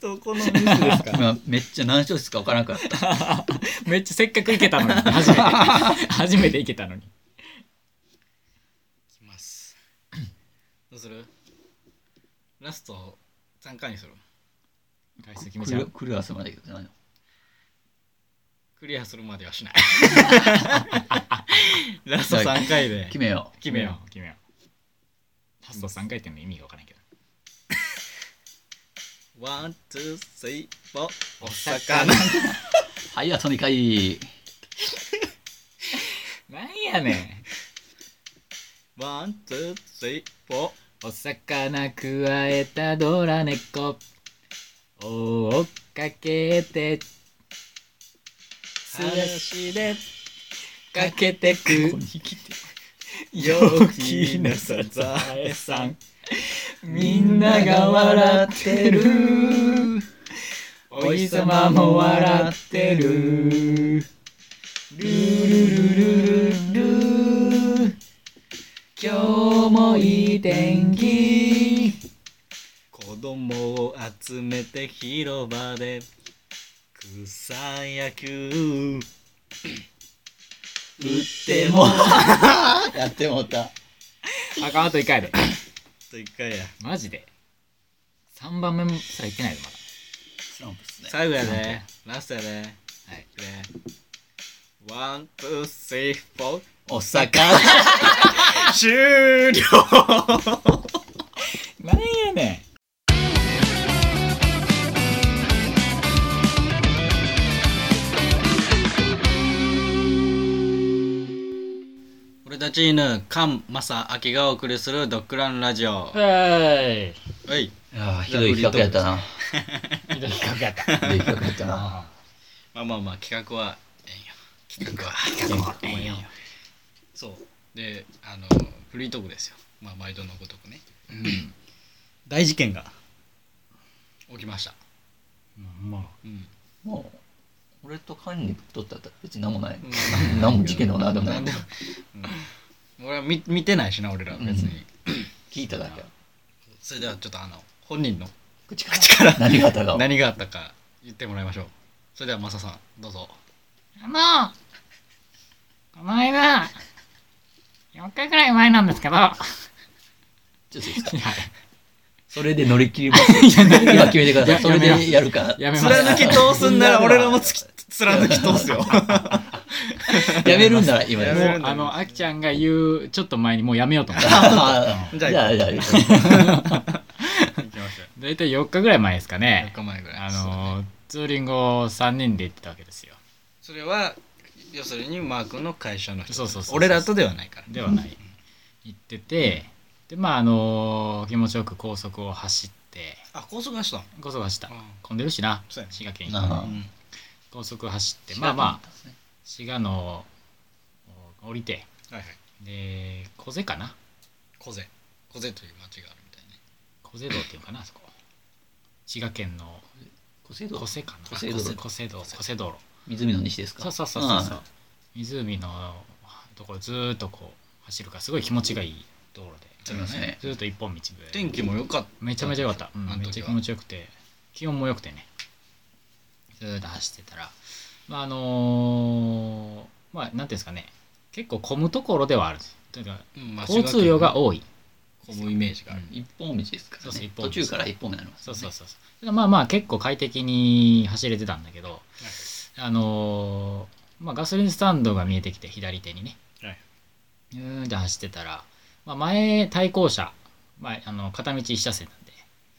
そこのミスですか今めっちゃ何小節か分からんくなっためっちゃせっかくいけたのに初め て初めていけたのにきますどうするラスト3回にする回数決めちゃ来るう来るはすまないけどないのクリアするまではし ないラスト3回で決めよ決めよう決めようラスト3回転の意味がわからんけどうワンツースリーフォーお魚魚うはいあと2回なんやねワンツースリーフォーんお魚くわえたドラ猫追っかけて素足でかけてこくこに来て陽気なサザエさんみんなが笑ってるお日様も笑ってるルルルルルル今日もいい天気子供を集めて広場で草野球打っても やってもうたあかんあと1回でと一回やマジで3番目もすらいってないでまだスランプっすね最後やでラストやではいくれワンツースリーフォーお魚終了なんやね俺たち犬菅正明がお送りするドッグランラジオんはいはいいやーひどい企画やったな。ひどい企画やったひどい企画やったな。 まあまあまあ企画はええんよ企画はええんよそうであのフリートークですよまあ毎度のごとくね大事件が起きましたまあうんもう、俺とカンにとったら別に何もない。うん何も事件でも何でもない何で。もうん俺は見見てないしな俺らは別に、う聞いただけ。それではちょっとあの本人の 口から何があったかを。何があったか言ってもらいましょうそれではマサさんどうぞあのこの間4日ぐらい前なんですけどちょっといいですかそれで乗り切り ます。今決めてください。やそれでやるか。やめます 貫き通すんなら俺らもつき貫き通すよやめるんなら今やでめす。 るもうあのあきちゃんが言うちょっと前にもうやめようと思って あーじゃあ、じゃあ、行きましょ大体4日ぐらい前ですかう4ね日前ぐらいあそうだねのツーリングを3人で行ってたわけですよそれは要するにマー君の会社の人そうそうそうそう俺らとではないからではない行っててでまああの気持ちよく高速を走ってあ高速走った高速走ったの混んでるしなそうやね滋賀県なあうん高速走ってまあまああ滋賀の降りてはいはいで小瀬かな小瀬小瀬という町があるみたいね小瀬道っていうのかなあそこ滋賀県の小瀬戸小瀬かな小瀬道路小瀬道小瀬道路湖の西ですかそうそうそうそうそあう湖のところずーっとこう走るからすごい気持ちがいい道路でありますね。ずーっと一本道で天気も良かっめちゃめちゃ良かった、うんあの時はめっちゃ気持ちよくて気温も良くてねずーっと走ってたらまああのーまあなんていうんですかね結構混むところではあるんですというかた、うんまあ交通量が多い混むイメージがある、うん一本道ですかそうらそうね一。本道途中から一本目になります。そうそうそうそうまあまあ結構快適に走れてたんだけどあのーまあガソリンスタンドが見えてきて左手にねはいゆーんって走ってたら、まあ、前対向車、まあ、あの片道1車線なん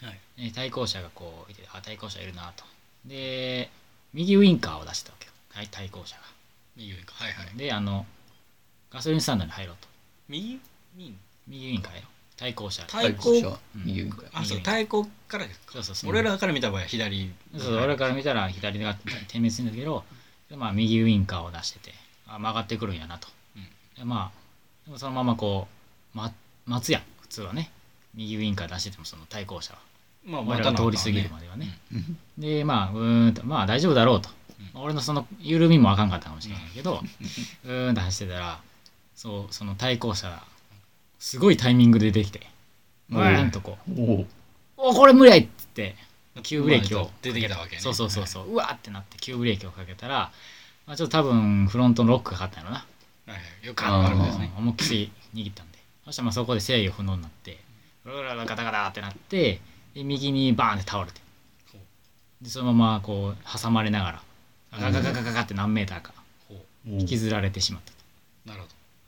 ではいね対向車がこういてあ対向車いるなとで右ウインカーを出してたわけよ対対向車が、右かはいはいであのガソリンスタンドに入ろうと右右右ウインカーよ対向車対向対向車はうん右から。あそう対向からですかそうそうそう俺らから見た場合は左そう俺から見たら左が点滅するんだけど、まあ、右ウインカーを出しててあ曲がってくるんやなと、でまあでもそのままこう、ま、待つやん普通はね右ウインカー出しててもその対向車はまあ俺らが通り過ぎるまではねうんでまあうーんとまあ大丈夫だろうと、う俺のその緩みもあかんかったかもしれないけど、うーんと走ってたらそうその対向車すごいタイミングで出てきてうおいーんとこうお「お。おこれ無理やい!」っつって急ブレーキまをあ出てきたわけねそうそうそうそう、うわーってなって急ブレーキをかけたら、まあ、ちょっと多分フロントのロックがかかったんやろなはいはいよくあるんですねうん思いっきり握ったんでそしたらまあそこで制御不能になってうらららガタガタってなってで右にバーンって倒れてほでそのままこう挟まれながらガガガガガガって何メーターかほ引きずられてしまったとうなるほ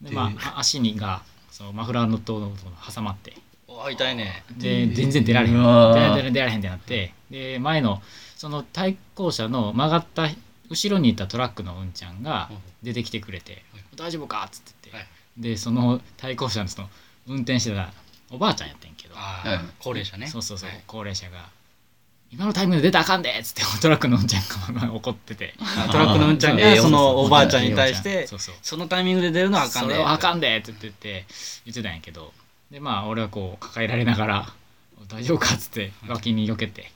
でまああ足にがそのマフラーのところの挟まってどお痛いねで全然出られへんうわ出られへん出られへんってなってで前のその対向車の曲がった後ろにいたトラックのうんちゃんがほう出てきてくれて「大丈夫か?」っつっててはいでその対向車のその運転してたおばあちゃんやってんけどあはいあ高齢者ねそうそうそうはい高齢者が「今のタイムで出たらあかんで!」っつってトラックのうんちゃんが まあ怒っててあトラックのうんちゃんがうそのおばあちゃんにお対してそうそうそのタイミングで出るのはあかんそねれはあかんでって言ってて言ってたんやけどでまあ俺はこう抱えられながら「大丈夫か?」っつって脇に避けて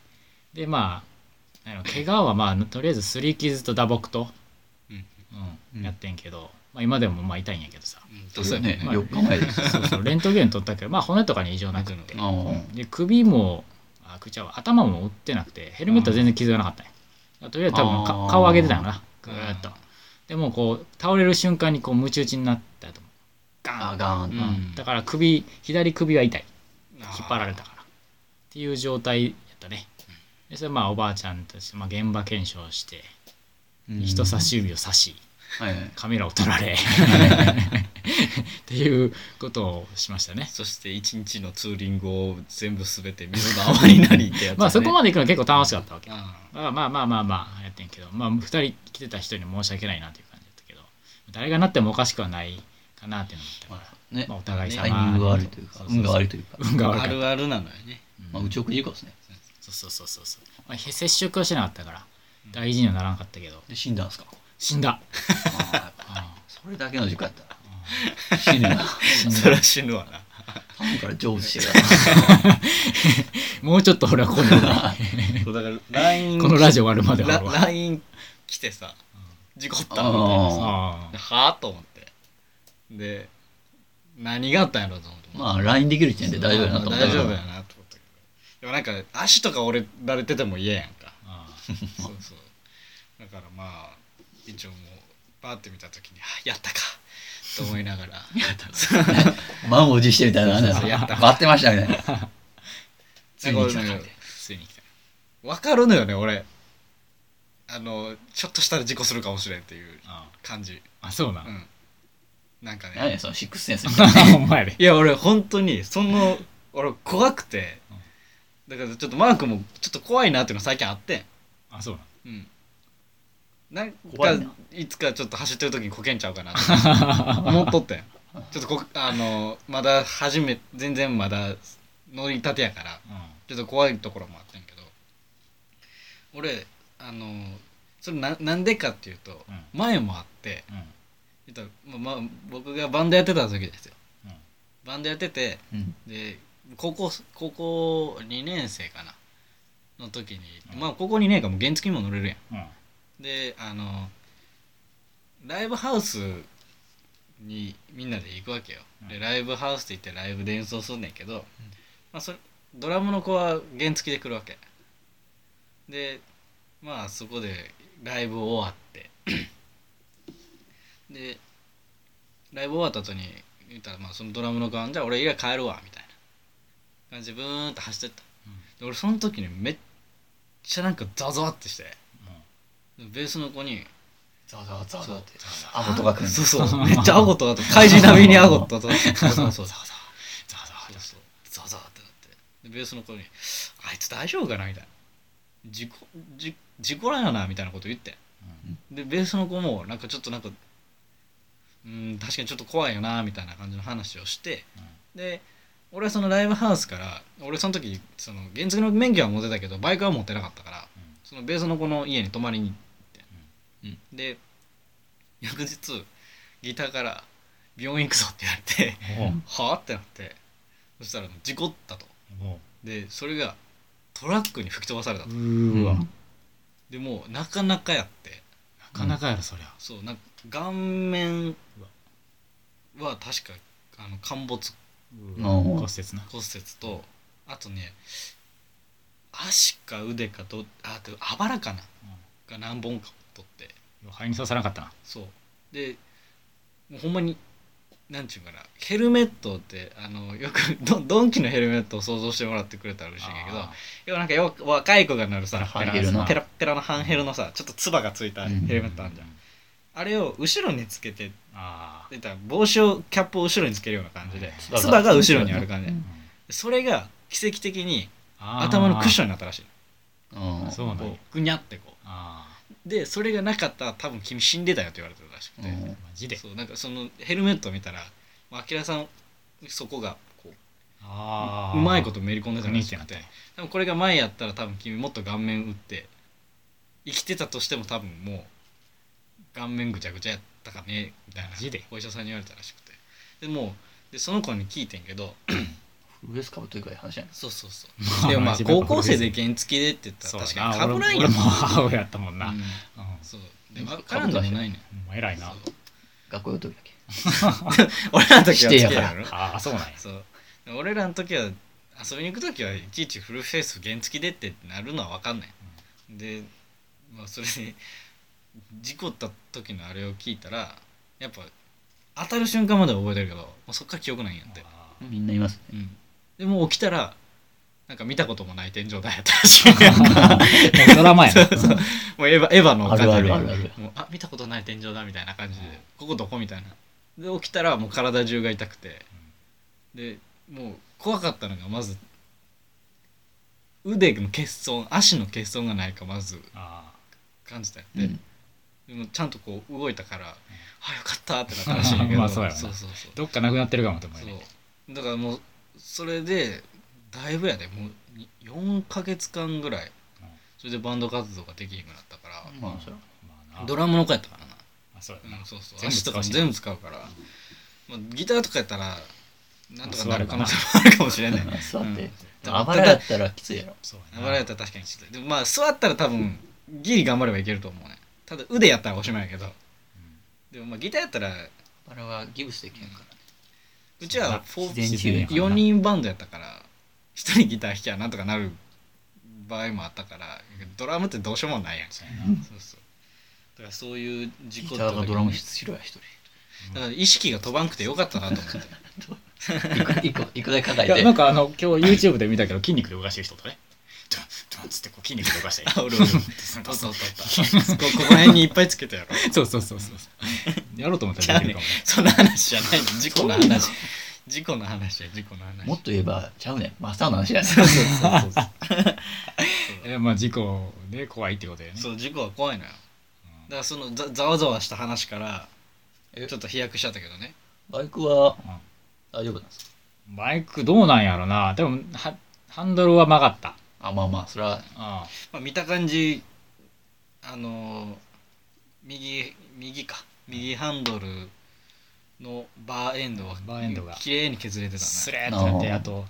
でまああの怪我はまあとりあえずすり傷と打撲と、うんう、うんんやってんけど、まあ、今でもまあ痛いんやけどさうんそどううでせすやよもんねね。 4日前です。そうそうレントゲン取ったけどまあ骨とかに異常なくってうああ。で首もあ口は頭も打ってなくてヘルメットは全然傷がなかったんやとりあえず多分あかー顔上げてたんかなぐーっとでもこう倒れる瞬間にこうムチ打ちになったと思うガーンあガーンとう。んだから首左首は痛い引引っ張られたからっていう状態やったねでそれまあおばあちゃんとして、まあ、現場検証してうん人差。し指を刺しはいはい。カメラを取られっていうことをしましたねそして一日のツーリングを全部すべて水の泡になりってやつ、 ね、まあそこでまで行くの結構楽しかったわけあまあまあまあまあまあやってんけどまあ2人来てた人に申し訳ないなっていう感じだったけど誰がなってもおかしくはないかなっていうのもあったからねまあお互い様タイミングが悪いというかそう、そうそう運が悪いというか。運が悪あかったるあるなのよねまあ、うちく事故ですね。そうそうそうそうそう、まあ、へ接触はしてなかったから大事にはならなかったけどで、死んだんですか。死んだ あああ それだけの事故やったら。死ぬな。死んだそりゃ死ぬわな頼むから成仏してから。もうちょっと俺はここにおるわ そうだから LINE このラジオ終わるまではラ俺は LINE 来てさ事故ったみたいなああではあと思ってで何があったんやろうと思ってあ。まあ、LINE できる時点で大丈夫やなと思った大け丈ど夫やなと思ったけどでもなんか足とか折れられてても嫌やんかあああ そうそうだからまあ一応もうパーって見た時にあ「やったか」と思いな がら そうなんか満を持してみたいなそうそうやった待ってましたみたいな。ついに来たなんかついに来た分かるのよね俺あのちょっとしたら事故するかもしれんっていうあ感じあそうな、うんんなんか何やねねんそのシックスセンスみ たいなお前でいや俺本当にその俺怖くてうんだからちょっとマークもちょっと怖いなっていうの最近あってんあそうなんうんなんか怖いないつかちょっと走ってる時にこけんちゃうかなって思っとったよちょっとこあのまだ初め全然まだ乗りたてやからちょっと怖いところもあったんやけど俺あのそれななんでかっていうと、う前もあってうんうん言ったらまあ、まあ、僕がバンドやってた時ですようんバンドやっててうんで高校高校2年生かなの時に、うんまあ高校2年間も原付にも乗れるやんうんであのライブハウスにみんなで行くわけよ、うでんライブハウスって言ってライブで演奏すんねんけど、まあ、それドラムの子は原付で来るわけでまあそこでライブ終わってでライブ終わった後に言ったらまあそのドラムの子は「じゃあ俺家帰るわ」みたいな感じでブーンと走ってった、うんで俺その時にめっちゃなんかザザワってしてうんベースの子にざわざわざわざわってそうアホとかくんそうそうめっちゃアゴとあと怪人並みにアゴとあとそうそうそざわうざわざわざわそうそうザワザワってなってでベースの子に「あいつ大丈夫かな?」みたいな「事故じ事故らんよな」みたいなこと言ってでベースの子もなんかちょっとなんかうん確かにちょっと怖いよなみたいな感じの話をしてで俺はそのライブハウスから俺その時その原付の免許は持ってたけどバイクは持ってなかったからそのベースの子の家に泊まりに行って、で翌日ギターから「病院行くぞ」って言われて うんうん「はあ?」ってなってそしたら事故ったともでそれがトラックに吹き飛ばされたうとうわうなんでもうなかなかやってかなかやろそりゃそうなんか顔面は確かあの陥没わ骨折な骨折とあとね足か腕かどあとあばらかなが何本か取って肺に刺さなかったなそうでもうほんまになんちゅうかなヘルメットってあのよく ドドンキのヘルメットを想像してもらってくれたら嬉しいんやけどあ要はなんかよ若い子がなるさハペンラヘルなペラペラのハンヘルのさちょっとつばがついたヘルメットあるじゃん、うあれを後ろにつけてあ言ったら帽子をキャップを後ろにつけるような感じでつばがつばが後ろにある感じでうんーそれが奇跡的にあー頭のクッションになったらしいうんそうなんやこうぐにゃってこあうでそれがなかったら多分君死んでたよって言われてるらしくて、うんあマジでそうなんかそのヘルメット見たらもう明さんそこがこうあうーまいことめり込んでたらしグニくっててなって多分これが前やったら多分君もっと顔面打って生きてたとしても多分もう顔面ぐちゃぐちゃやったかねみたいなマジでお医者さんに言われたらしくてでもうでその子に聞いてんけどウエスカブというかいう話やんそうそうそ うまあでもまあ真面目高な校生で原付でって言ったそうらや確なかにかぶらんや俺んも俺も青やったもんなううんんそうで分からんでもないねんもう偉いそなう学校の時だけ俺らの時は付け指定ややかろああそうなんやそう俺らの時は遊びに行く時はいちいちフルフェイス原付でってなるのは分かんない、で、まあ、それで事故った時のあれを聞いたらやっぱ当たる瞬間までは覚えてるけどもうそっから記憶ないんやって、あーみんないますうん、でもう起きたらなんか見たこともない天井台やったらしい もも うドラマやなうそうもうエヴァエヴァの感じであるあるあるあるもうあ見たことない天井だみたいな感じで、ここどこみたいなで起きたらもう体中が痛くて、でもう怖かったのがまず腕の欠損足の欠損がないかまずあ感じたんやうって、んでもちゃんとこう動いたから、あよかったってなったらしいんやけどまあそうやろなそうそうそうーどっかなくなってるかもと思うよねそうだからもうそれでだいぶやでもうに4ヶ月間ぐらいうんそれでバンド活動ができなくなったから、まあそれまあなドラムの子やったからな、あそうやなうん、そうそう全部足使とうかもし全部使うから、まあ、ギターとかやったらなんとかなる可ま能あ性もあるかもしれ ないは座ってうんあばらやったらきついやろそうやな流れたら確かにきついでもまあ座ったら多分ギリ頑張ればいけると思うねただ腕やったらおしまいやけどでもまあギターやったらあばらはギブスできへんからうちはそうや自な然治自然癒や4人バンドやったから1人ギター弾きゃなんとかなる場合もあったからドラムってどうしようもないやんそうそうやなそうだからそういう事ギ故ターとがドラムしろや一だから意識が飛ばんくてよかったなと思って人いくいくいくら抱 いやえなんてかあの今日 YouTube で見たけど筋肉で動かしてる人とねドトンつってこう筋肉動 かしたりおるおるそあったあったあったこ ここら辺にいっぱいつけたやろうそうそうそう やろうと思ったらできるかもね そんな話じゃないの事故の話事故の話や事故の話もっと言えばちゃうねんマスターの話やねそうそうそうそういやまあ事故で怖いってことだよねそう事故は怖いのよだからそのざざわざわした話からちょっと飛躍しちゃったけどね バイクは大丈夫なんですかバイクどうなんやろなでもはハンドルは曲がったあまあまあそれはあまあ、見た感じあのー右右か右ハンドルのバーエンドはバーエンドが綺麗に削れてたスねレーってなってあーあと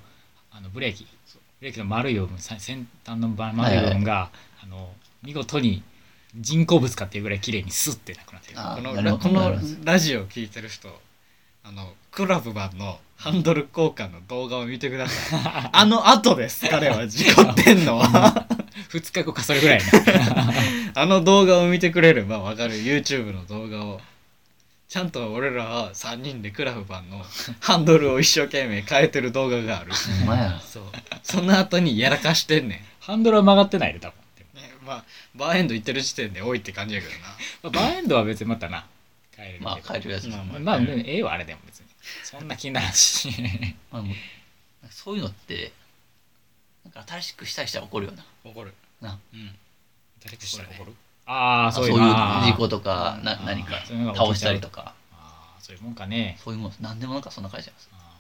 あのブレーキブレーキの丸い部分さ先端のば丸い部分が、あの見事に人工物かっていうぐらい綺麗にスッてなくなってるあこーのなるラほこどなるのほどラジオを聞いてる人あのクラブマンのハンドル交換の動画を見てくださ いあの後です彼は事故ってんのは2日後かそれぐらいね あの動画を見てくれればわかる YouTube の動画をちゃんと俺らは3人でクラブマンのハンドルを一生懸命変えてる動画があるお前やそう。その後にやらかしてんねハンドルは曲がってないで多分ん。ね、まあ、バーエンド行ってる時点で多いって感じやけどまあバーエンドは別にまたな帰れるけどまあ帰るやつな。まあ、ままああ、ね、ええわあれでも別にそんな気になら んしまあもうなんかそういうのってなんか新しくしたりしたら怒るよな怒る。なうん。誰かしたら怒るあああそそうういいううの事故とかなあー何かそういうのが倒したりとかあーそういうもんかねそういうもん何でもなんかそんな感じなんですあ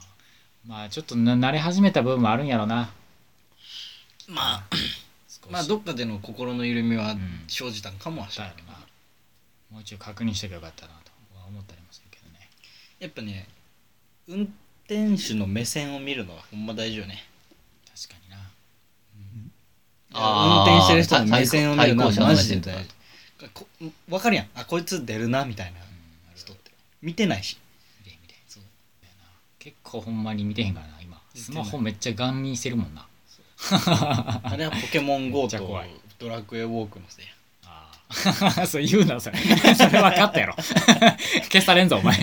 ーまあちょっとな慣れ始めた部分もあるんやろなまあ、少しまあ、どっかでの心の緩みはん生じたんかもしれだなよいなもう一度確認しておけばよかったなとは思ったりもするけどねやっぱね、運転手の目線を見るのはほんま大事よね。確かにな運あー転してる人の目線を見るのは対向対向マ車の目ジで線とか大事。こわかるやん。あ、こいつ出るな、みたいなうんある人って。見てないし。見れ見れそうだよな結構ほんまに見てへんからな今見スてないマホめっちゃガン見してるもんなあれはポケモンめ GO っちゃと怖いドラクエウォークのせいや。あ あそう言うなそれそれ分かったやろ消されんぞお前